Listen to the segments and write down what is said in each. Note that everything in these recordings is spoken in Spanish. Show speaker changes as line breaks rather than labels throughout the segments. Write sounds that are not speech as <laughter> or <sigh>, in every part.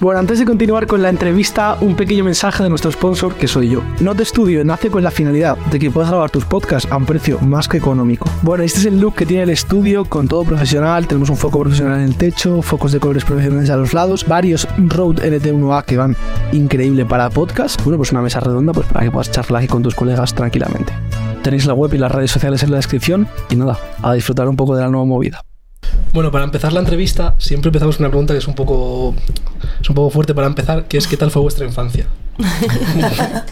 Bueno, antes de continuar con la entrevista, un pequeño mensaje de nuestro sponsor, que soy yo. Note Studio nace con la finalidad de que puedas grabar tus podcasts a un precio más que económico. Bueno, este es el look que tiene el estudio con todo profesional. Tenemos un foco profesional en el techo, focos de colores profesionales a los lados, varios Rode NT1A que van increíble para podcast. Bueno, pues una mesa redonda pues para que puedas charlar aquí con tus colegas tranquilamente. Tenéis la web y las redes sociales en la descripción y nada, a disfrutar un poco de la nueva movida.
Bueno, para empezar la entrevista, siempre empezamos con una pregunta que es un poco, es un poco fuerte para empezar, que es ¿qué tal fue vuestra infancia?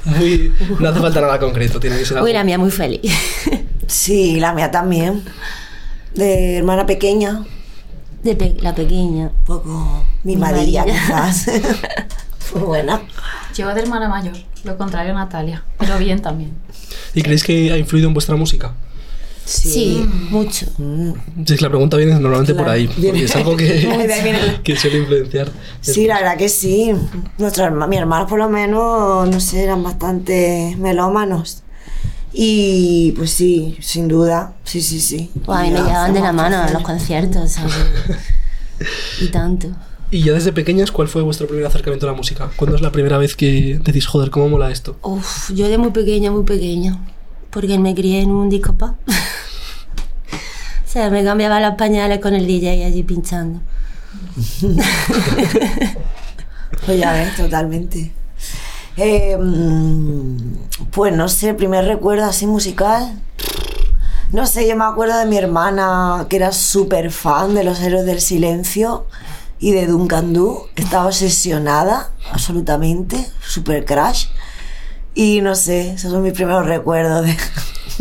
Muy- no hace falta nada concreto, tiene que ser algo.
Uy, la mía muy feliz. <laughs>
Sí, la mía también. De hermana pequeña,
De pe- la pequeña.
un poco mimadilla
Mimadilla. <laughs>
quizás. Fue buena.
Yo de hermana mayor, lo contrario a Natalia, pero bien también.
¿Y creéis que ha influido en vuestra música?
Sí, Mm. mucho.
Si es que la pregunta viene normalmente por
Claro.
ahí, porque es algo
Muy de <laughs> ahí viene
<laughs> que,
la-
que suele influenciar.
Sí, la verdad que sí. Nuestra herma- mi hermano por lo menos, no sé, eran bastante melómanos. Y pues sí, sin duda, sí, sí, sí.
Pues a mí me
Ya
llevaban de la
hacemos
mano a los
canciones.
conciertos. ¿sabes? <laughs> y tanto.
Y ya desde pequeñas, ¿cuál fue vuestro primer acercamiento a la música? ¿Cuándo es la primera vez que decís, joder, cómo mola esto?
Uf, yo de muy pequeña, muy pequeña. Porque me crié en un disco <laughs> pub. o sea, me cambiaba los pañales con el DJ allí pinchando.
Pues ya ves, totalmente. Eh, mm, pues no sé, el primer recuerdo así musical. No sé, yo me acuerdo de mi hermana que era súper fan de los héroes del silencio y de Duncan Du. Estaba obsesionada, absolutamente, súper crash. Y no sé, esos son mis primeros recuerdos de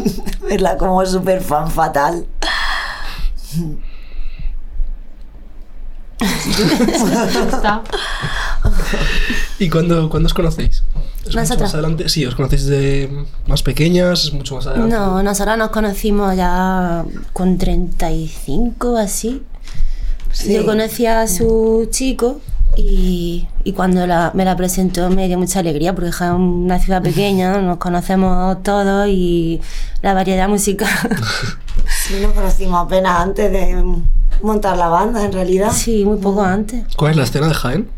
de verla como súper fan fatal.
Está.
¿Y cuándo, cuándo os conocéis? ¿Es mucho
Nosotras.
más adelante? Sí, os conocéis de más pequeñas, es mucho más adelante.
No, nosotros nos conocimos ya con 35, así.
Sí.
Yo conocí a su chico y, y cuando la- me la presentó me dio mucha alegría porque es una ciudad pequeña, nos conocemos todos y la variedad
<laughs>
musical.
Sí, nos conocimos apenas antes de montar la banda, en realidad.
sí, muy poco antes.
¿Cuál es la escena de Jaén?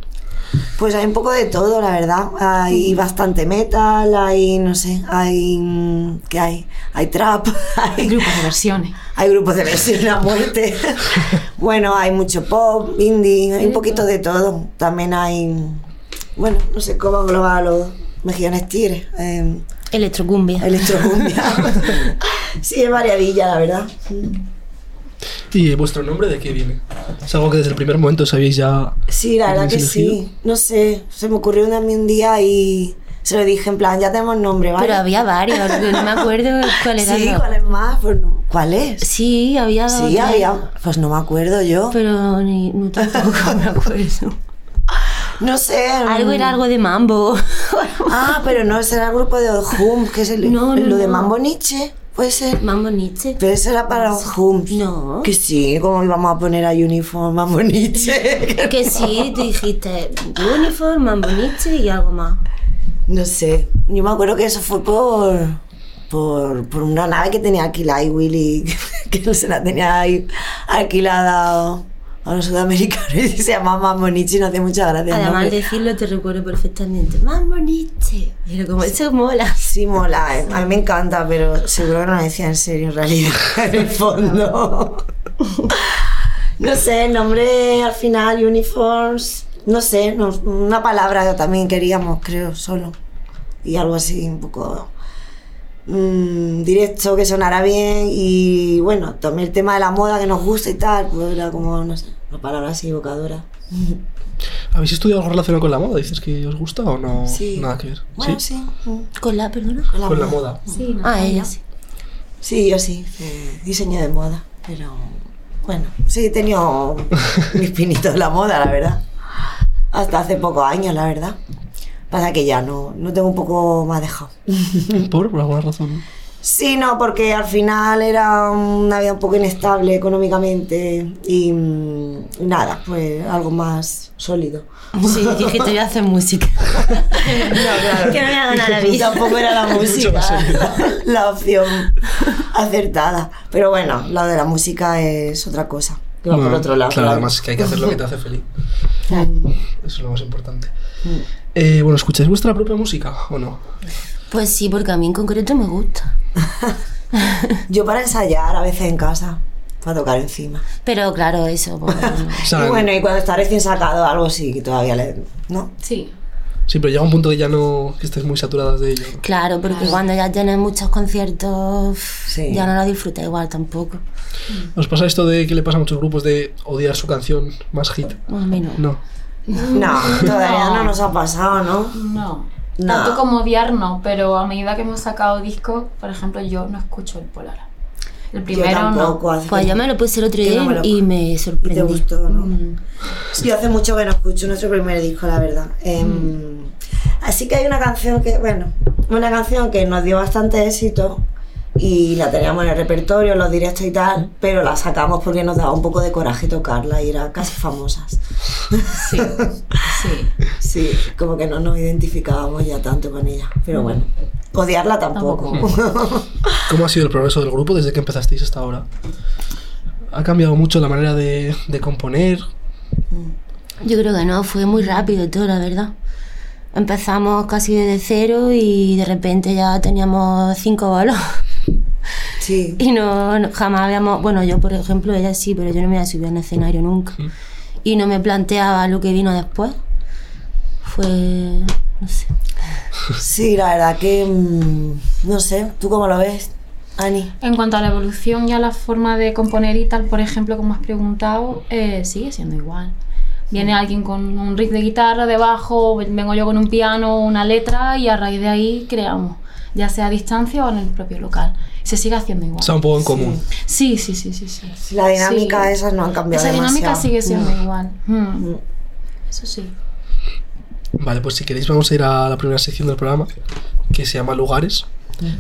Pues hay un poco de todo, la verdad. Hay bastante metal, hay, no sé, hay... mm, ¿Qué hay? Hay trap, <laughs>
Hay
hay,
grupos de versiones.
hay grupos de versión a
<laughs>
muerte. bueno, hay mucho pop, indie, hay un poquito de todo. También hay... Bueno, no sé cómo englobar a los mejillones tigres. Eh,
Electrocumbia.
electrocumbia.
<laughs>
sí, es variadilla, la verdad.
¿Y eh, vuestro nombre de qué viene? Es algo que desde el primer momento sabíais ya.
Sí, la verdad que
¿Habéis elegido?
sí. No sé, se me ocurrió una- a mí un día y se lo dije en plan, ya tenemos nombre, ¿vale?
Pero había varios, no me acuerdo cuál era.
Sí,
el-
¿cuál es más? Pues no- ¿Cuál es?
Sí, había
Sí,
otro,
había. Pues no me acuerdo yo.
Pero ni, no tampoco <laughs> me acuerdo.
No sé. mm.
Algo era algo de mambo. <laughs>
Ah, pero no, será el grupo de Hum, que es el,
No, no,
lo de
no.
Mambo Nietzsche. Puede ser.
mambo Nietzsche.
Pero eso era para los Hum.
No.
Que sí, ¿cómo íbamos a poner a Uniform Mambo Nietzsche?
Que sí, tú dijiste uniforme, mambo Nietzsche y algo más.
<laughs> no sé. Yo me acuerdo que eso fue por. Por, por una nave que tenía alquilada y Willy, <laughs> que no se la tenía ahí alquilada a los sudamericanos <laughs> y se llama Mambo Nietzsche y no hace mucha gracia. el
Además
nombre.
de decirlo, te recuerdo perfectamente. Mambo Nietzsche. Pero como eso mola.
Sí, mola, eh. a mí me encanta, pero seguro que no lo decía en serio en realidad, <laughs> en el fondo. No sé, el nombre al final, uniforms, no sé, no- una palabra que también queríamos, creo, solo. Y algo así, un poco mm, directo, que sonara bien. Y bueno, también el tema de la moda que nos gusta y tal, pues era como, no sé, una palabra así evocadora.
¿Habéis estudiado algo relacionado con la moda? ¿Dices que os gusta o no?
Sí.
Nada que ver.
Bueno,
sí.
sí, mm,
Con la, perdona.
con la
Con la
moda.
moda.
Sí,
Ah,
Natalia.
ella sí.
Sí, yo sí, eh, diseño de moda, pero bueno, sí, he tenido <laughs> mis pinitos en la moda, la verdad. Hasta hace pocos años, la verdad. Pasa que ya no, no tengo un poco más dejado. <laughs>
Por, por alguna razón.
Sí, no, porque al final era una vida un poco inestable económicamente y mm, nada, pues algo más sólido.
Sí, dijiste, voy a hacer
<laughs>
música. Que no me hagan a la vida.
Tampoco era
<laughs>
la música <laughs> la opción acertada. Pero bueno, lo de la música es otra cosa. Que va por
Bueno,
otro lado.
Claro,
claro.
además es que hay que hacer lo que te hace feliz. Eso es lo más importante. Eh, bueno, ¿escucháis vuestra propia música o no?
Pues sí, porque a mí en concreto me gusta.
Yo para ensayar a veces en casa, para tocar encima.
Pero claro, eso. pues, <laughs>
O sea,
y bueno, y cuando está recién sacado algo sí que todavía le... ¿No?
Sí.
Sí, pero llega un punto que ya no. que estáis muy saturadas de ello. ¿no?
claro, porque cuando ya tienes muchos conciertos,
Sí.
ya no lo disfrutas igual tampoco.
¿Os pasa esto de que le pasa a muchos grupos de odiar su canción más hit?
Más o menos.
No.
No, todavía no
No.
nos ha pasado, ¿no?
No.
No.
Tanto como odiar, no, pero a medida que hemos sacado discos, por ejemplo, yo no escucho el polar. El primero
yo tampoco.
no.
hace-
Pues yo me lo puse el otro
que
día
no me lo-
y me
Y te
sorprendí.
gustó, ¿no? Yo hace mucho que no escucho nuestro primer disco, la verdad. Em, Así que hay una canción que, bueno, una canción que nos dio bastante éxito y la teníamos en el repertorio, en los directos y tal, pero la sacamos porque nos daba un poco de coraje tocarla y era casi famosas.
Sí, sí.
Sí, como que no nos identificábamos ya tanto con ella, pero bueno, odiarla tampoco.
¿Cómo ha sido el progreso del grupo desde que empezasteis hasta ahora? ¿Ha cambiado mucho la manera de, de componer?
Yo creo que no, fue muy rápido todo, la verdad. Empezamos casi desde cero y de repente ya teníamos cinco bolos.
<laughs>
<laughs>
sí.
Y no, no- jamás habíamos, bueno, yo por ejemplo, ella sí, pero yo no me había subido al escenario nunca. Y no me planteaba lo que vino después. Fue, no sé.
Sí, la verdad que, mm, no sé, ¿tú cómo lo ves, Ani?
En cuanto a la evolución y a la forma de componer y tal, por ejemplo, como has preguntado, eh, sigue siendo igual. Viene alguien con un riff de guitarra debajo, vengo yo con un piano, una letra y a raíz de ahí creamos, ya sea a distancia o en el propio local. Se sigue haciendo igual.
O sea, un poco en común.
Sí, sí, sí, sí, sí.
La dinámica
Sí.
esas no han cambiado
Esa dinámica
demasiado.
sigue siendo igual. Mm. Eso sí.
Vale, pues si queréis vamos a ir a la primera sección del programa, que se llama lugares.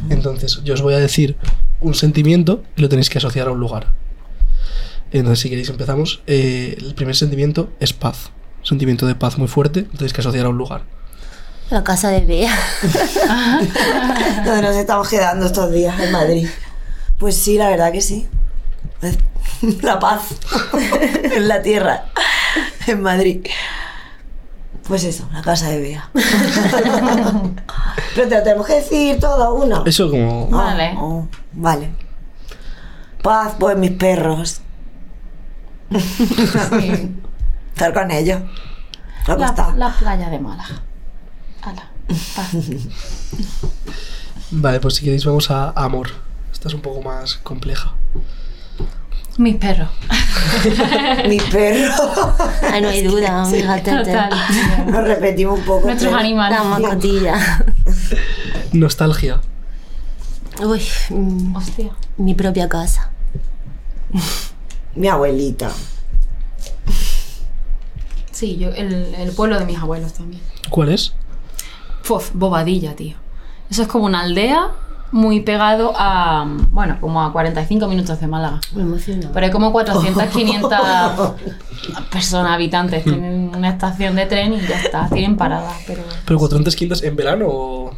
Entonces, yo os voy a decir un sentimiento y lo tenéis que asociar a un lugar. Entonces, si queréis empezamos. Eh, el primer sentimiento es paz. Un Sentimiento de paz muy fuerte, lo tenéis que asociar a un lugar.
La casa de Bea. <laughs>
<laughs> donde nos estamos quedando estos días en Madrid. Pues sí, la verdad que sí. <laughs> La paz <laughs> en la tierra, en Madrid. Pues eso, la casa de Bea. <laughs> Pero te lo tenemos que decir todo a uno.
Eso como...
Ah,
Vale.
oh, vale. Paz, pues mis perros.
Sí.
Estar con ellos. Me gusta.
La, la playa de Málaga. Ala, paz.
Vale, pues si queréis vamos a amor. Esta es un poco más compleja.
Mis perros.
Mis perros.
<laughs>
Ay, no hay duda, mi gata
Total. <laughs>
entera.
Nos repetimos un poco.
Nuestros
pero-
animales.
La mascotilla.
Nostalgia.
Uy, mm,
Hostia.
mi propia casa.
Mi abuelita.
Sí, yo, el, el pueblo de mis abuelos también.
¿Cuál es?
Fof, Bobadilla, tío. Eso es como una aldea muy pegado a, bueno, como a 45 minutos de Málaga.
Me emociona.
Pero hay como <laughs> 400, 500 personas habitantes. Tienen una estación de tren y ya está. Tienen paradas, pero...
¿Pero 400 quintas en verano o...?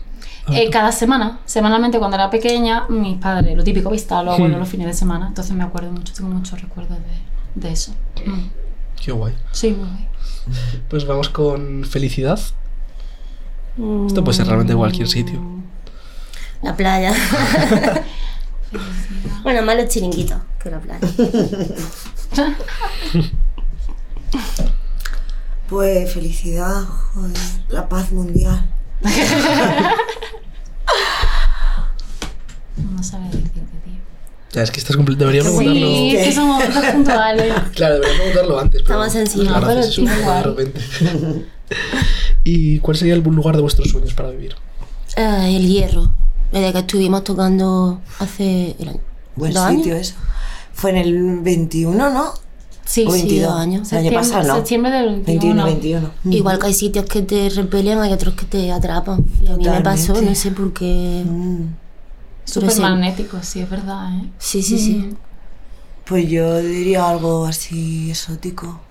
Eh, cada semana, semanalmente cuando era pequeña, mis padres, lo típico, vista lo abuelo
Hmm.
los fines de semana. Entonces me acuerdo mucho, tengo muchos recuerdos de, de eso. Mm.
Qué guay.
Sí, muy bien.
Pues vamos con felicidad. Esto puede ser realmente cualquier sitio.
La <laughs> playa. bueno, más los chiringuitos que la playa.
Pues felicidad, joder, la paz mundial.
No sabes decirte, tío.
Ya, es que estás completo. Debería preguntarlo.
Sí, es que
<laughs>
son momentos puntuales.
Claro, debería preguntarlo antes. Pero
Estamos encima,
Claro,
pero
haces eso
es igual.
de repente. <laughs> ¿Y cuál sería el lugar de vuestros sueños para vivir?
Ah, el hierro. Desde que estuvimos tocando hace el año-
Buen
dos
sitio eh.
años.
eso. Fue en el 21, ¿no?
Sí,
O
sí.
22
dos años.
El año
Septiembre-
pasado, ¿no?
septiembre del
21,
21.
21.
Igual que hay sitios que te repelen, hay otros que te atrapan. Y a mí me pasó,
Totalmente.
no sé por qué.
Mm.
Súper
sí.
magnético, sí, es verdad, ¿eh?
Sí, sí,
Mm.
sí.
Pues yo diría algo así exótico.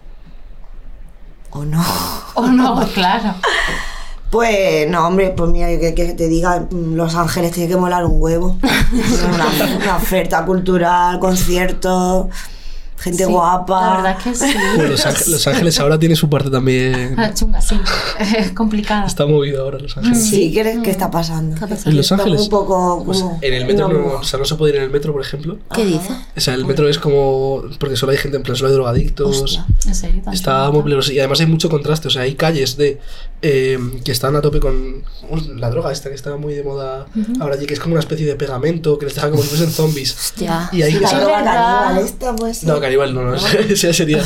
¿O no?
O Oh, no, <laughs> claro.
Pues no, hombre, pues mira, que, que te diga, mm, Los Ángeles tiene que
<laughs>
molar un huevo. una, una oferta cultural, conciertos, gente
Sí,
guapa.
La verdad es que sí.
<laughs> Bueno, Los Ángeles, Los Ángeles ahora tiene su parte también.
Ah, chunga, sí. <laughs> Es complicada.
Está movido ahora Los Ángeles.
Sí, ¿qué, eres- qué está pasando?
Mm. Está
¿En
pasando.
Los Ángeles?
Está un poco
Pues
como-
en el metro
una
no,
burbuja.
o sea, no se puede ir en el metro, por ejemplo.
¿Qué dices?
O sea, el metro es como. Porque solo hay gente, en plan, solo hay drogadictos.
Hostia.
En serio, tan
Está
chunga.
muy peligroso. Y además hay mucho contraste. O sea, hay calles de eh, que están a tope con uh, la droga esta que está muy de moda ahora allí, que es como una especie de pegamento que les deja como si fuesen zombies.
Hostia.
Y hay que
La
Sí,
sa-
droga
¿verdad?
caníbal esta, pues. sí.
No, caníbal no, <laughs> no, esa sería.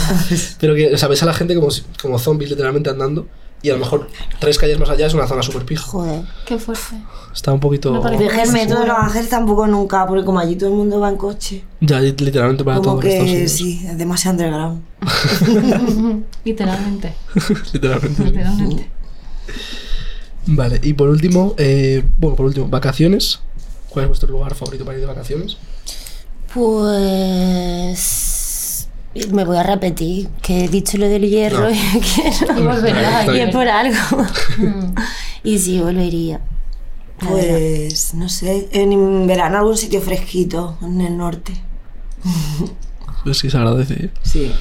Pero que, o sea, ves a la gente como, si- como zombies literalmente andando y a lo mejor tres calles más allá es una zona súper pija.
Joder.
Qué
<laughs>
fuerte. <laughs>
Está un poquito.
No parece-
Dejé el metro de Pues Los Ángeles tampoco nunca, porque como allí todo el mundo va en coche.
Ya, li- literalmente para
Como
todo en Estados
que
Unidos.
sí, es demasiado underground.
Literalmente.
<laughs> literalmente.
Literalmente.
Vale, y por último, eh, bueno, por último, vacaciones. ¿Cuál es vuestro lugar favorito para ir de vacaciones?
Pues me voy a repetir que he dicho lo del hierro
No.
y <laughs> que no
No,
volverá
está
y
bien.
es por algo. Mm. <laughs> y sí, volvería. la verdad.
Pues no sé, en verano algún sitio fresquito en el norte.
Pues sí, se agradece. ¿eh?
Sí.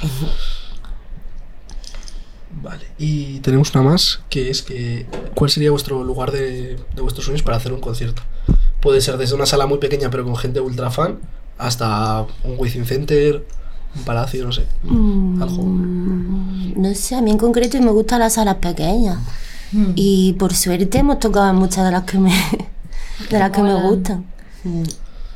Vale, y tenemos una más, que es que ¿cuál sería vuestro lugar de, de vuestros sueños para hacer un concierto? Puede ser desde una sala muy pequeña pero con gente ultra fan hasta un Within Center, un palacio, no sé, algo. <laughs>
Mm, No sé, a mí en concreto me gustan las salas pequeñas. Y por suerte hemos tocado en muchas de las que me, <laughs> de las que me
Molan.
gustan. Mm.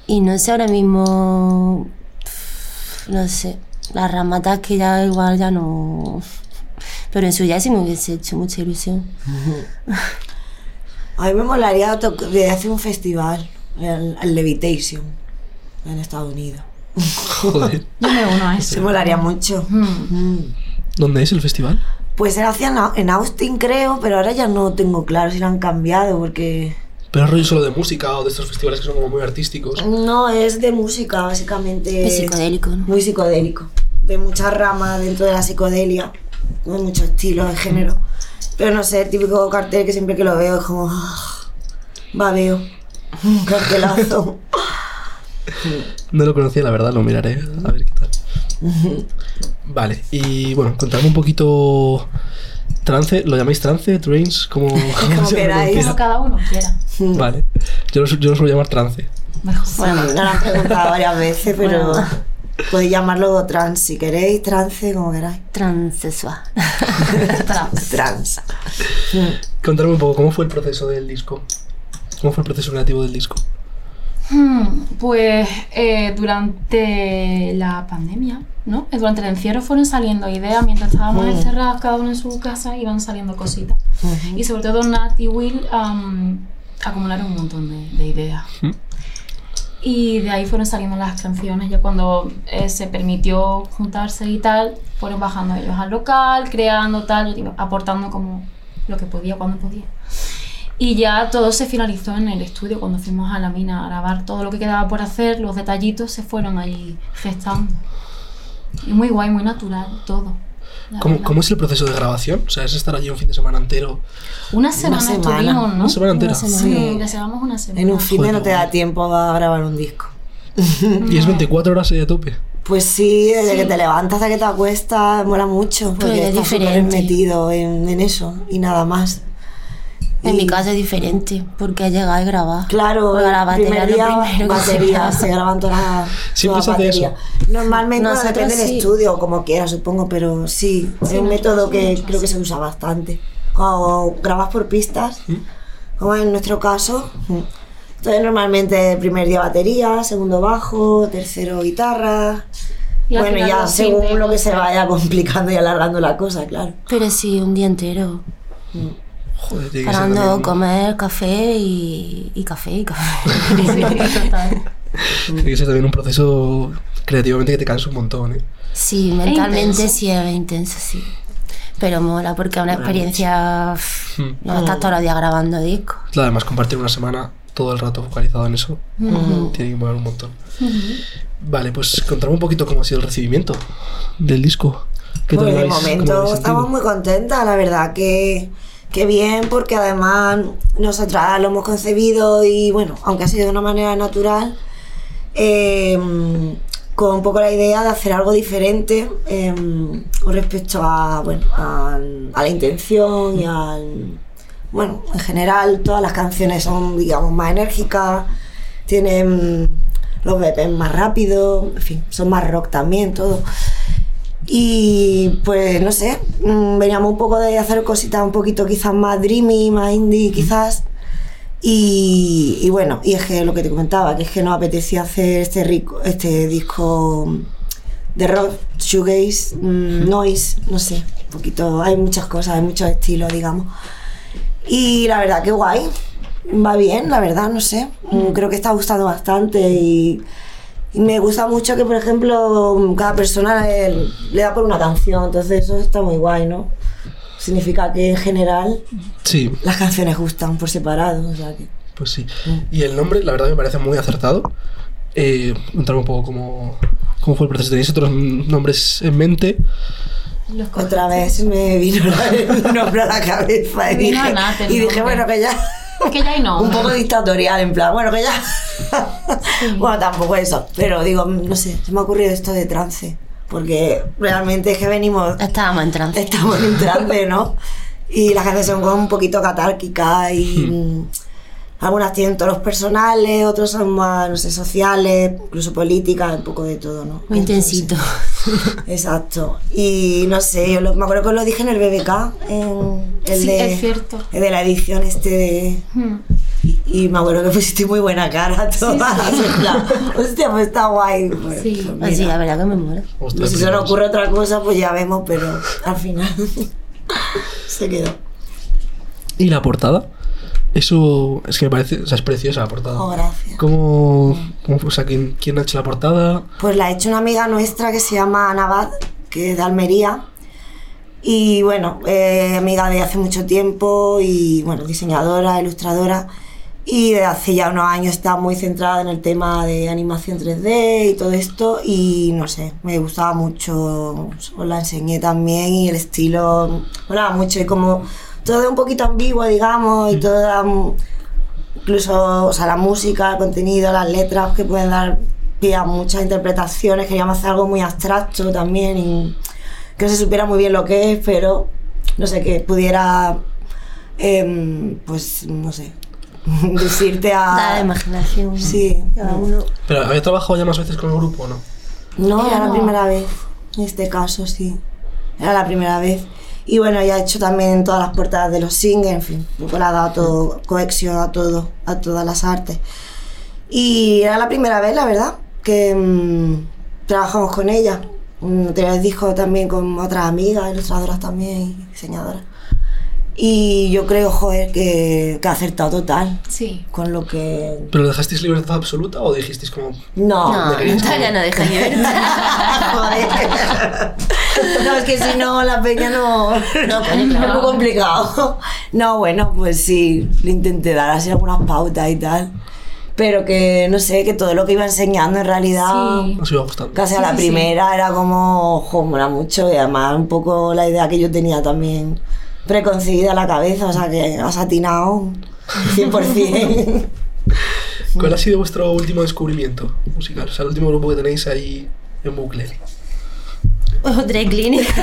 Y no sé, ahora mismo. pf, No sé. Las ramatas que ya igual ya no. Pero en su ya sí me hubiese hecho mucha ilusión.
A mí me molaría to- de hacer un festival, el, el Levitation, en Estados Unidos.
Joder,
Yo me uno a
Se
eso.
molaría mucho.
Mm.
Mm.
¿dónde es el festival?
Pues era hacia en Au- en Austin, creo, pero ahora ya no tengo claro si lo han cambiado, porque.
Pero es rollo solo de música o de estos festivales que son como muy artísticos.
No, es de música, básicamente.
Es psicodélico, ¿no?
Muy psicodélico. De muchas ramas dentro de la psicodelia, de muchos estilos de género. Pero no sé, el típico cartel que siempre que lo veo es como. ah, babeo. Un cartelazo.
No lo conocía, la verdad, lo miraré, a ver qué tal. Vale, y bueno, contadme un poquito... Trance, ¿lo llamáis trance? ¿Trains? ¿Cómo, cómo se
queráis.
pronuncia?
Como cada uno quiera.
Vale, yo lo, su- yo lo suelo llamar trance.
Mejor.
bueno, me lo han preguntado varias veces, pero. Podéis llamarlo trans si queréis, trance, como queráis.
Transexual.
Trans.
Trans.
Contarme un poco cómo fue el proceso del disco. ¿Cómo fue el proceso creativo del disco?
Hmm, Pues eh, durante la pandemia, ¿no? Eh, Durante el encierro fueron saliendo ideas, mientras estábamos encerrados cada uno en su casa, iban saliendo cositas. Y sobre todo Nat y Will am, acumularon un montón de, de ideas.
Hmm.
Y de ahí fueron saliendo las canciones, ya cuando eh, se permitió juntarse y tal, fueron bajando ellos al local, creando tal, yo digo, aportando como lo que podía, cuando podía. Y ya todo se finalizó en el estudio cuando fuimos a la mina a grabar todo lo que quedaba por hacer, los detallitos se fueron ahí gestando. Y muy guay, muy natural todo. la
¿Cómo,
verdad.
cómo es el proceso de grabación? O sea, es estar allí un fin de semana entero.
Una semana,
semana.
estuvimos, ¿no?
Una semana entera.
Sí,
Sí.
la llevamos una semana.
En un fin de
Joder.
no te da tiempo a grabar un disco.
Y es 24 horas ahí a tope.
Pues sí, desde que te levantas hasta que te acuestas, mola mucho,
Pero
porque
es
estás súper
diferente.
metido en, en eso y nada más.
En
Y,
mi caso es diferente, porque llegar y grabar.
Claro,
Porque la
el
batería es
primer
lo
día
primero que se
batería,
graba.
se graban todas las
<laughs> Siempre
todas
se hace
las
eso.
baterías. Normalmente bueno,
Nosotros
depende del
sí.
estudio, como quiera, supongo, pero sí, es un
nosotros
método
sí,
que
nosotros
creo que
sí.
se usa bastante. Cuando grabas por pistas,
¿Mm?
como en nuestro caso, ¿Mm? entonces normalmente primer día batería, segundo bajo, tercero guitarra.
Y al
bueno,
final
ya
los singles,
según lo que se
¿no?
vaya complicando y alargando la cosa, claro.
Pero sí, un día entero.
Joder, tiene que ser
Parando
también-
a comer café y, y café y café. <laughs>
Sí, total.
tiene que ser también un proceso creativamente que te cansa un montón, ¿eh?
Sí, mentalmente sí es E intenso, sí. Pero mola porque es una experiencia. pff,
Mm.
No estás todos los días grabando discos.
Claro, además compartir una semana todo el rato focalizado en eso Mm, tiene que mover un montón. Vale, pues contadme un poquito cómo ha sido el recibimiento del disco. ¿Qué
Pues
tal lo
de
habéis- cómo lo habéis
momento
sentido?
estamos muy contentas, la verdad que, que bien, porque además nosotras lo hemos concebido y bueno, aunque ha sido de una manera natural, eh, con un poco la idea de hacer algo diferente em, con respecto a, bueno, al- a la intención y al... Bueno, en general todas las canciones son, digamos, más enérgicas, tienen los bebés más rápidos, en fin, son más rock también, todo. Y pues no sé, mm, veníamos un poco de hacer cositas un poquito quizás más dreamy, más indie quizás. Y, y bueno, y es que lo que te comentaba, que es que nos apetecía hacer este, rico, este disco de rock, shoegaze, mm, noise, no sé, un poquito, hay muchas cosas, hay muchos estilos, digamos. Y la verdad que guay, va bien, la verdad, no sé, mm, creo que está gustando bastante y y me gusta mucho que, por ejemplo, cada persona le, le da por una canción, entonces eso está muy guay, ¿no? Significa que en general
Sí,
las canciones gustan por separado, o sea que...
pues sí.
Mm.
Y el nombre, la verdad, me parece muy acertado. Eh, contarme un poco cómo, cómo fue el proceso. ¿Tenéis otros nombres en mente?
Los
<laughs>
co-
Otra vez me vino un nombre a la <laughs> cabeza y
Vino
dije,
Nat el
y dije,
nombre.
bueno, que ya...
Que ya y no.
Un poco dictatorial, en plan, bueno, que ya... <laughs> bueno, tampoco eso, pero digo, no sé, se me ha ocurrido esto de trance, porque realmente es que venimos
Estábamos en trance.
estamos en un trance, ¿no? Y las canciones son como un poquito catárquicas y mm, algunas tienen tonos personales, otros son más, no sé, sociales, incluso políticas, un poco de todo, ¿no?
Muy
Entonces,
intensito.
Exacto. Y no sé, yo lo- me acuerdo que lo dije en el BBK, en el
Sí,
de,
es cierto.
el de la edición este de-
Hmm.
Y me acuerdo que pusiste muy buena cara <laughs> todas. en plan, Hostia, pues está guay. Bueno,
Sí.
<laughs>
pues
Así,
mira.
la verdad que me mola.
Hostia,
si se
primero.
nos ocurre otra cosa, pues ya vemos, pero al final <laughs> se quedó.
Y la portada. Eso es que me parece, o sea, es preciosa la portada.
Oh, gracias.
¿Cómo, cómo- o sea, ¿quién, quién ha hecho la portada?
Pues la ha hecho una amiga nuestra que se llama Ana Abad, que es de Almería. Y bueno, eh, amiga de hace mucho tiempo y bueno, diseñadora, ilustradora. Y de hace ya unos años está muy centrada en el tema de animación 3D y todo esto. Y no sé, me gustaba mucho, os la enseñé también y el estilo me molaba mucho. Y como todo un poquito ambiguo, digamos, y toda mm, incluso o sea, la música, el contenido, las letras que pueden dar pie a muchas interpretaciones. Queríamos hacer algo muy abstracto también y que no se supiera muy bien lo que es, pero no sé, que pudiera, em, pues no sé, <laughs> decirte
Da la
a.
imaginación.
Sí,
Ah. Cada uno.
¿Pero había trabajado ya más veces con el grupo o no?
No,
Era
era la
no.
primera vez. En este caso, sí. Era la primera vez. Y bueno, ya ha hecho también todas las portadas de los singles, en fin, le ha dado todo, conexión a todo, a todas las artes. Y era la primera vez, la verdad, que mm, trabajamos con ella. Mm, Tenía el disco también con otras amigas, ilustradoras también y diseñadoras. Y yo creo, joder, que, que ha acertado total
Sí.
con lo que...
¿Pero le dejasteis libertad absoluta o dijisteis como...
No,
No, Natalia no deja ni ver. <laughs>
Joder. No, es que si no, la peña no. No,
pone claro.
Es muy complicado. No, bueno, pues sí, le intenté dar así algunas pautas y tal. Pero que no sé, que todo lo que iba enseñando en realidad.
Sí.
Os iba gustando.
Casi a
Sí,
la
sí.
primera era como, ojo, mola mucho y además un poco la idea que yo tenía también preconcebida en la cabeza, o sea que has atinado 100%.
¿Cuál ha sido vuestro último descubrimiento musical? O sea, el último grupo que tenéis ahí en bucle.
Otra clínica.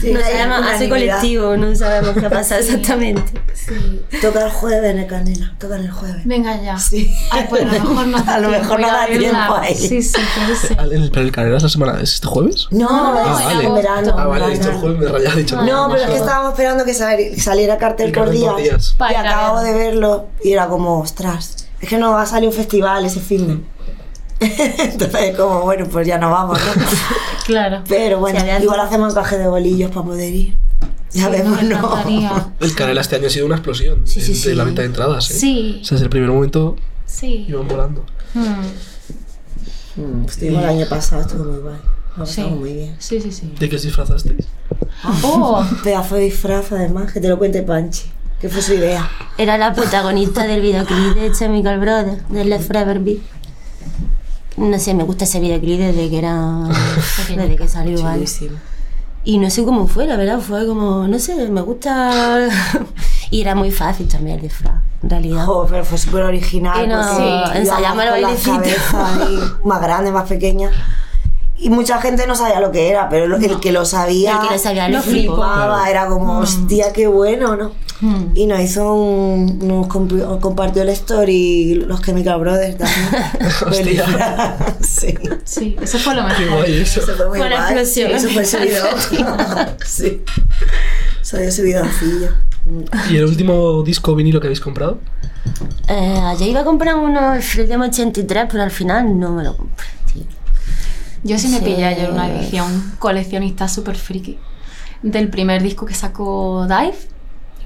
Sí,
no
hay
sabemos, hace
unanimidad.
colectivo, no sabemos qué ha pasado exactamente.
Sí.
<laughs> Toca el jueves en el canela, toca el jueves.
Venga ya.
Sí.
Ay, pues a lo
<laughs>
mejor no,
A lo mejor no
voy a
da
abrirla.
tiempo ahí.
Sí, sí, puede ser.
Al- en el- ¿Pero el carrera es la semana? ¿Es este jueves?
No,
No,
es
Ah, vale.
en verano.
Ah, vale, he
en
dicho el
verano.
jueves, me he rayado, he dicho...
No, pero es que
no.
estábamos esperando que sali- saliera cartel
El
por
cartel
días.
por días.
Y
Para ir a
acabo de
verlo.
verlo y era como, ostras, es que no va a salir un festival ese film. <laughs> Entonces, como, bueno, pues ya no vamos,
<laughs>
¿no?
Claro.
Pero bueno,
Se había-
igual hacemos un caje de bolillos para poder ir. Ya
Sí,
vemos,
me
¿no?
encantaría.
El carrera este año ha sido una explosión
Sí, sí,
de
sí.
la venta de entradas, ¿eh?
Sí,
O sea, desde el primer momento
sí.
iban volando.
Hmm.
<laughs> Mm, Estuvimos el año pasado, estuvo muy guay. Lo
Sí.
pasamos muy bien.
Sí, sí, sí.
¿De qué
<laughs>
os disfrazasteis?
Oh,
Pedazo de disfraz, además, que te lo cuente Panchi, que fue su idea.
Era la protagonista del videoclip de Chemical Brothers, de Left Forever Beat. No sé, me gusta ese videoclip desde que
<laughs>
era. desde que salió, ¿vale?
Chulísimo.
Y no sé cómo fue, la verdad, fue como, no sé, me gusta. <laughs> Y era muy fácil también el disfraz, en realidad.
Jo, pero fue súper original.
Y no,
porque
sí,
íbamos
ensayamos el
con las
bailecito.
cabezas
<laughs>
ahí, más grande, más pequeña. Y mucha gente no sabía lo que era, pero lo- el que lo sabía,
El Mm. que lo sabía lo flipó.
flipaba, era como, hostia, qué bueno, ¿no?
Mm.
Y nos hizo un, nos comp- compartió el story los Chemical
<laughs>
Brothers también.
Hostia.
<laughs> sí.
Sí, eso fue lo mejor.
Qué guay eso.
Eso fue muy
Fue una
guay.
explosión.
Eso fue subido. <laughs>
<laughs>
sí. Eso había subidoncillo.
¿Y el último disco vinilo que habéis comprado?
Eh, ayer iba a comprar uno, el Freedom 83, pero al final no me lo compré, tío.
Yo sí me
Sí.
pillé ayer una edición coleccionista súper friki del primer disco que sacó Dive,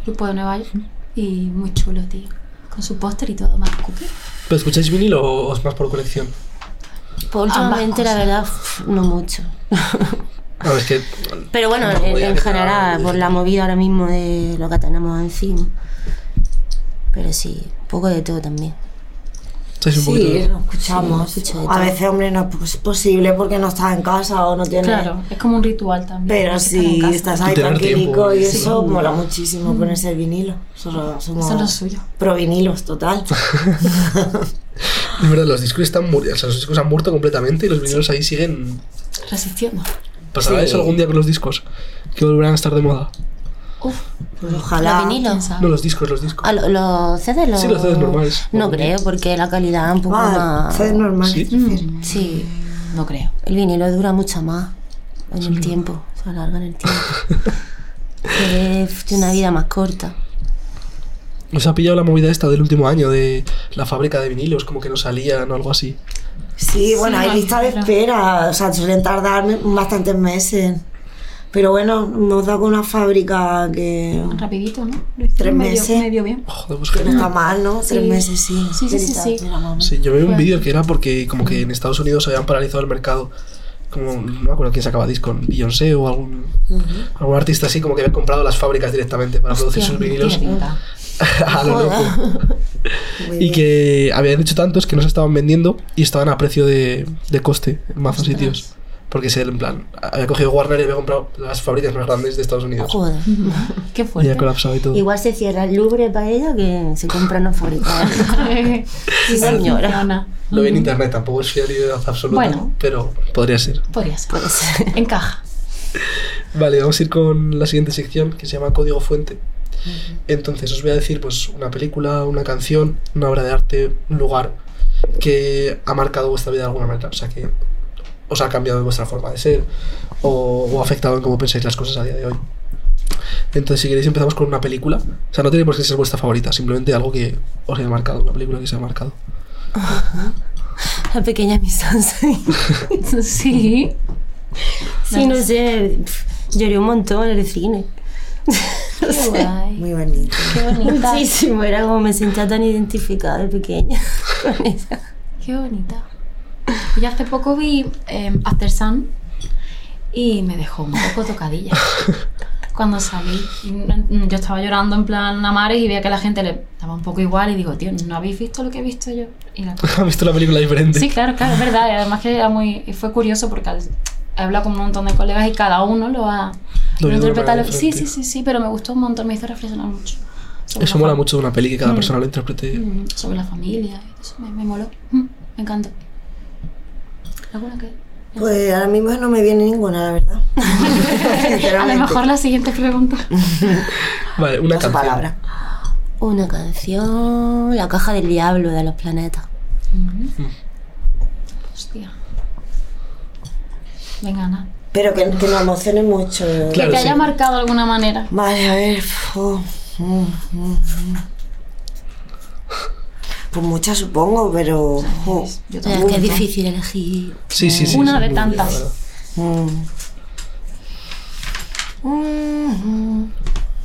grupo de Nueva York, y muy chulo, tío. Con su póster y todo, más cookie.
¿Pero escucháis vinilo o es más por colección?
Pues
Ambas
últimamente, la
cosas.
verdad, pf, no mucho.
No, es que.
Pero bueno,
No,
en,
voy a
en
dejar-
general, por la movida ahora mismo de lo que tenemos encima. Pero sí, un poco de todo también.
Estáis un poquito.
nos escuchamos.
Sí, escucho de
a
todo.
veces, hombre, no pues es posible porque no estás en casa o no tienes.
Claro, es como un ritual también.
Pero
no se queda en
si
casa. Mm.
estás
Y
ahí
tener
tranquilico
tiempo,
y
sí.
eso, mola muchísimo ponerse el vinilo. Solo, somos
Eso es lo suyo.
pro vinilos,
<laughs>
total. Pues
Es verdad, los discos están mur- o sea, los discos han muerto completamente y los vinilos ahí siguen.
Resistiendo.
¿Pasará
Sí.
eso algún día con los discos? Que volverán a estar de moda.
Uf,
Pues
Los
ojalá.
vinilos.
No, los discos, los discos.
Ah, lo- los CDs, los...
Sí, los CDs normales.
No creo, porque la calidad un poco
Ah,
más...
eso es normal.
Sí.
es decir.
Sí,
no creo.
el vinilo dura mucho más en el tiempo, se alarga en el
<laughs>
tiempo. Eh, Tiene una vida más corta.
Nos ha pillado la movida esta del último año de la fábrica de vinilos, como que no salían o algo así.
Sí, bueno,
Sí,
hay lista de
claro.
espera, o sea, suelen tardar bastantes meses. Pero bueno, hemos dado con una fábrica que
Rapidito, ¿no? Lo hice
Tres
medio-
meses.
Medio bien.
Joder, pues que
no está mal, ¿no? Tres
Sí.
meses, sí.
Sí, sí, sí,
Grita,
sí.
mira, mamá.
Sí, yo vi un vídeo que era porque como que en Estados Unidos habían paralizado el mercado. Como, no me acuerdo quién sacaba disco, Beyoncé o algún, algún artista así, como que había comprado las fábricas directamente para producir sus vinilos <laughs>
Tiene pinta.
a lo loco.
Muy
Y
bien.
que habían hecho tantos que no se estaban vendiendo y estaban a precio de, de coste en mazos sitios. Porque se, en plan, había cogido Warner y había comprado las fábricas más grandes de Estados Unidos.
Joder.
Qué
Y ya
<laughs> fuerte.
colapsado y todo.
Igual se cierra el Louvre para ella que se compra una fábrica.
<laughs>
sí, señora.
Funciona.
Lo vi en internet, tampoco es fiabilidad absoluta,
Bueno.
pero podría ser.
Podría ser. Encaja.
Vale, vamos a ir con la siguiente sección que se llama Código Fuente. Entonces os voy a decir pues una película, una canción, una obra de arte, un lugar que ha marcado vuestra vida de alguna manera, o sea que os ha cambiado vuestra forma de ser o, o ha afectado en cómo pensáis las cosas a día de hoy. Entonces si queréis empezamos con una película, o sea no tiene por qué ser vuestra favorita, simplemente algo que os haya marcado, una película que se ha marcado. <laughs>
La pequeña misanza.
<laughs> Sí.
Sí, no sé, pf, lloré un montón en el cine.
Qué guay.
Muy bonito.
Qué bonita.
Muchísimo, era como me sentía tan identificada de pequeña <laughs> con esa.
Qué bonita. Y hace poco vi eh, After Sun y me dejó un
<laughs>
poco tocadilla. Cuando salí, Y no- yo estaba llorando en plan a mares y veía que la gente le daba un poco igual y digo, tío, ¿no habéis visto lo que he visto yo? Y la
<laughs> ¿Has visto la película diferente?
Sí, claro, claro, es verdad. Y además que era muy, y fue curioso porque al- he hablado con un montón de colegas y cada uno lo ha
Lo vio de
lo
una
interpretado.
manera
Sí, sí,
diferente.
sí, sí, pero me gustó un montón, me hizo reflexionar mucho. sobre
Eso
la
mola
fam-
mucho de una peli que cada
Mm.
persona lo interprete.
Mm, Sobre la familia, eso me, me moló. Mm, Me encantó. ¿Alguna que?
Pues ahora mismo no me viene ninguna, la <laughs> verdad.
<laughs> A lo
Sinceramente.
mejor la siguiente pregunta.
Vale, una
Dos
canción.
palabras.
Una canción, La caja del diablo de los planetas.
Hostia. Venga, Ana.
Pero que, que nos emocione mucho.
Que
Claro,
te
sí.
haya marcado de alguna manera.
Vale, a ver. fu- mm, mm, mm. Pues muchas supongo, pero. mm, jo,
Yo
O sea,
también.
es que es difícil elegir.
Sí, sí, sí.
Una
sí,
de
muy
tantas.
bien, la verdad.
mm.
Mm,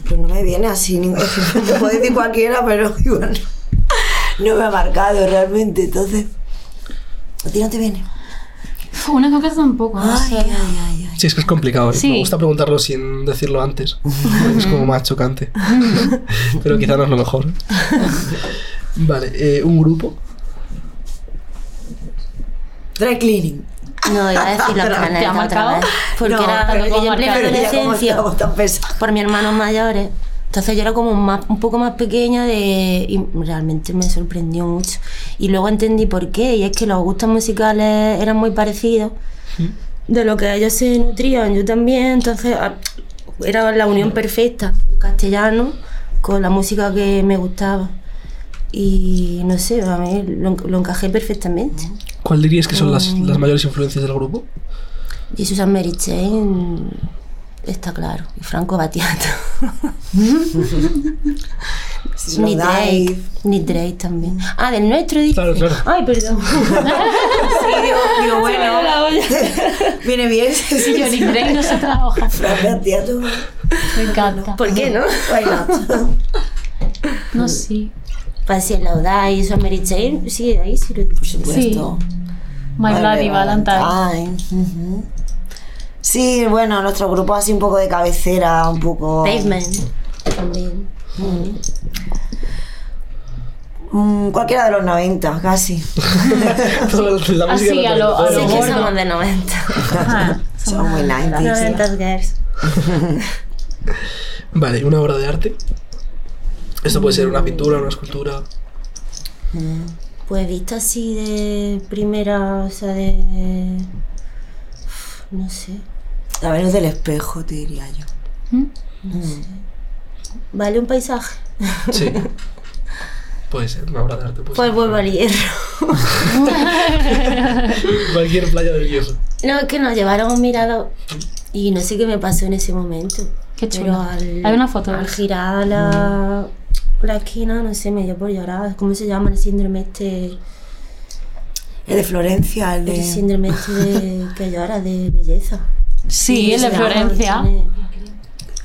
Pues no me viene así, ni- <laughs> te puedo decir cualquiera, pero <laughs> igual no, no me ha marcado realmente, entonces. A ti no te viene.
Una cosa tampoco, no
Ay,
sé.
ay, ay,
Sí, es que es complicado.
Sí.
Me gusta preguntarlo sin decirlo antes.
<laughs>
porque es como más chocante. Pero quizá no es lo mejor. Vale, eh, un grupo.
ay. Dry cleaning.
No, iba a decir los
Ah, Pero, ¿te ha
planetas otra
marcado?
vez. Porque
No,
era
pero
lo que yo
ya
en plena
Pero <laughs> ya como
adolescencia,
estamos tan pesados.
por mis hermanos mayores, ¿eh? Entonces yo era como más, un poco más pequeña de, y realmente me sorprendió mucho. Y luego entendí por qué, y es que los gustos musicales eran muy parecidos. De lo que ellos se nutrían, yo también. Entonces a- era la unión perfecta, el castellano con la música que me gustaba. Y no sé, a mí lo, lo encajé perfectamente.
¿Cuál dirías que son
Mm.
las, las mayores influencias del grupo? <laughs>
Y Susan Mary Chain está claro. Y Franco Batiato. Nick Drake.
Slowdive.
Nick Drake también. Ah, del nuestro dice.
Claro, claro.
Ay, perdón. <laughs>
Sí, digo, digo,
Se me dio
bueno,
la olla.
<laughs> viene bien.
Sí, <laughs> yo ni Drake no se trabaja.
Franca, tía, tú.
Me encanta.
¿Por qué no?
Why not?
No, sí.
Pues sí, Laudá y Susan Mary Chain. Sí, ahí sí lo he dicho.
Supuesto.
My Bloody
Ah.
Valentine.
ujú. Sí, bueno, nuestro grupo así un poco de cabecera, un poco...
Pavement. También.
Mm, cualquiera de los 90, casi.
Toda la, la música
Así,
la
a lo-
tengo,
a
todo
lo
Así
lo
que
bueno.
somos de 90.
Ajá.
Son muy 90
90 girls.
Vale, una obra de arte. Esto puede ser
Mm.
una pintura, una escultura.
Pues visto así de primera, o sea, de. No sé.
La Venus del espejo, te diría yo.
¿Mm?
Vale un paisaje.
<laughs>
Sí. Puede ser una obra de arte. puede
Pues
ser.
vuelvo al hierro. <laughs>
<laughs> Cualquier playa del hierro.
No, es que nos llevaron un mirador y no sé qué me pasó en ese momento.
Qué
Pero
chulo.
al-
Hay una foto. Mm.
Al girar la, la esquina, no sé, me dio por llorar. ¿Cómo se llama el síndrome este?
El de Florencia, el
El
de...
síndrome este
<laughs>
de, que llora de belleza.
Sí, el de
Se llama,
Florencia.
tiene-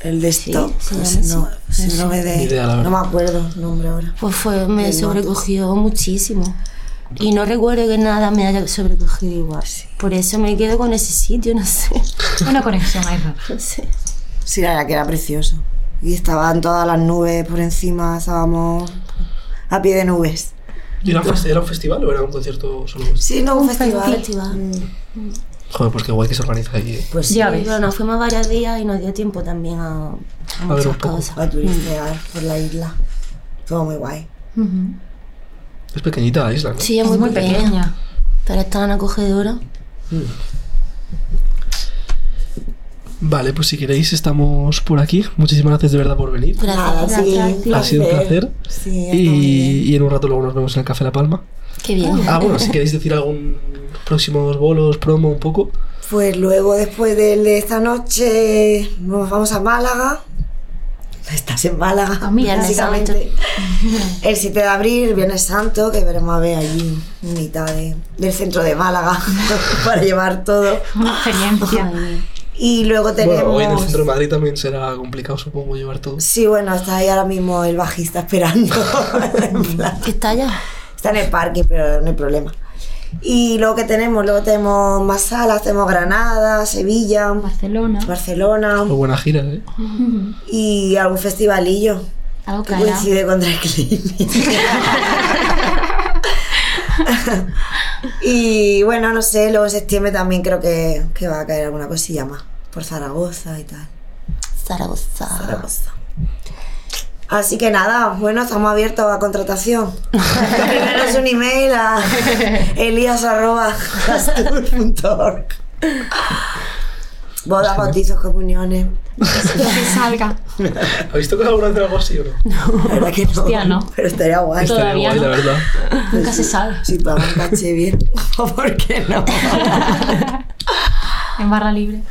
El de stop.
se llama
ese no, ese no me de-
Ni idea, la
no
verdad.
me acuerdo el nombre ahora.
Pues fue, me
Del
sobrecogió muchísimo. Y no recuerdo que nada me haya sobrecogido igual. Por eso me quedo con ese sitio, no sé. <laughs>
Una conexión ahí rara.
No sé.
Sí, la verdad que era precioso. Y estaban todas las nubes por encima, estábamos a pie de nubes.
¿Y ¿Era un, fes- ¿Era un festival o era un concierto solo?
Sí, no, un festival. Mm.
Festival.
Joder, pues qué guay que se organiza ahí. eh.
Pues sí,
Ya
Sí,
ves.
pero nos fuimos varios días y nos dio tiempo también a, a
ver
muchas
un poco.
cosas.
a turistear por la isla. Todo muy guay.
Ujú.
Es pequeñita la isla, ¿no?
Sí, es
Es
muy,
muy
pequeña,
pequeña.
pero es tan acogedora.
Vale, pues si queréis estamos por aquí. Muchísimas gracias de verdad por venir.
Gracias,
Nada, sí.
gracias.
Ha sido un placer.
Sí, está muy bien.
Y, y en un rato luego nos vemos en el Café La Palma.
Qué bien.
Ah, bueno, si queréis decir algún próximos bolos, promo, un poco.
Pues luego, después de, de esta noche, nos vamos a Málaga. Estás en Málaga,
A mí,
Viernes
básicamente. <laughs> El 7 de abril, el Viernes Santo, que veremos a ver allí, en mitad de- del centro de Málaga, <laughs> para llevar todo.
Una experiencia.
Y luego tenemos.
Bueno, hoy en el centro de Madrid también será complicado, supongo, llevar todo.
Sí, bueno, está ahí ahora mismo el bajista esperando. En plan,
¿Qué está allá?
Está en el parking, pero no hay problema. Y luego que tenemos, luego tenemos más salas, tenemos Granada, Sevilla,
Barcelona.
Barcelona
Muy buena gira, ¿eh?
Ujú.
y algún festivalillo
Algo
que
cara.
coincide con Drag Clinic. y bueno, no sé, luego en septiembre también creo que, que va a caer alguna cosilla más por Zaragoza y tal.
Zaragoza.
Zaragoza. Así que nada, bueno, estamos abiertos a contratación. Primero es un email a
<laughs>
elias.castur.org. Bodas, bautizos, comuniones.
Que salga.
¿Habéis tocado alguna vez algo así o no?
La verdad que no.
Hostia, no.
Pero estaría guay.
Esto-
Estaría
Todavía
guay,
no.
la verdad.
Nunca se sabe.
Si pagan caché bien. <laughs> ¿O por qué no?
En barra libre.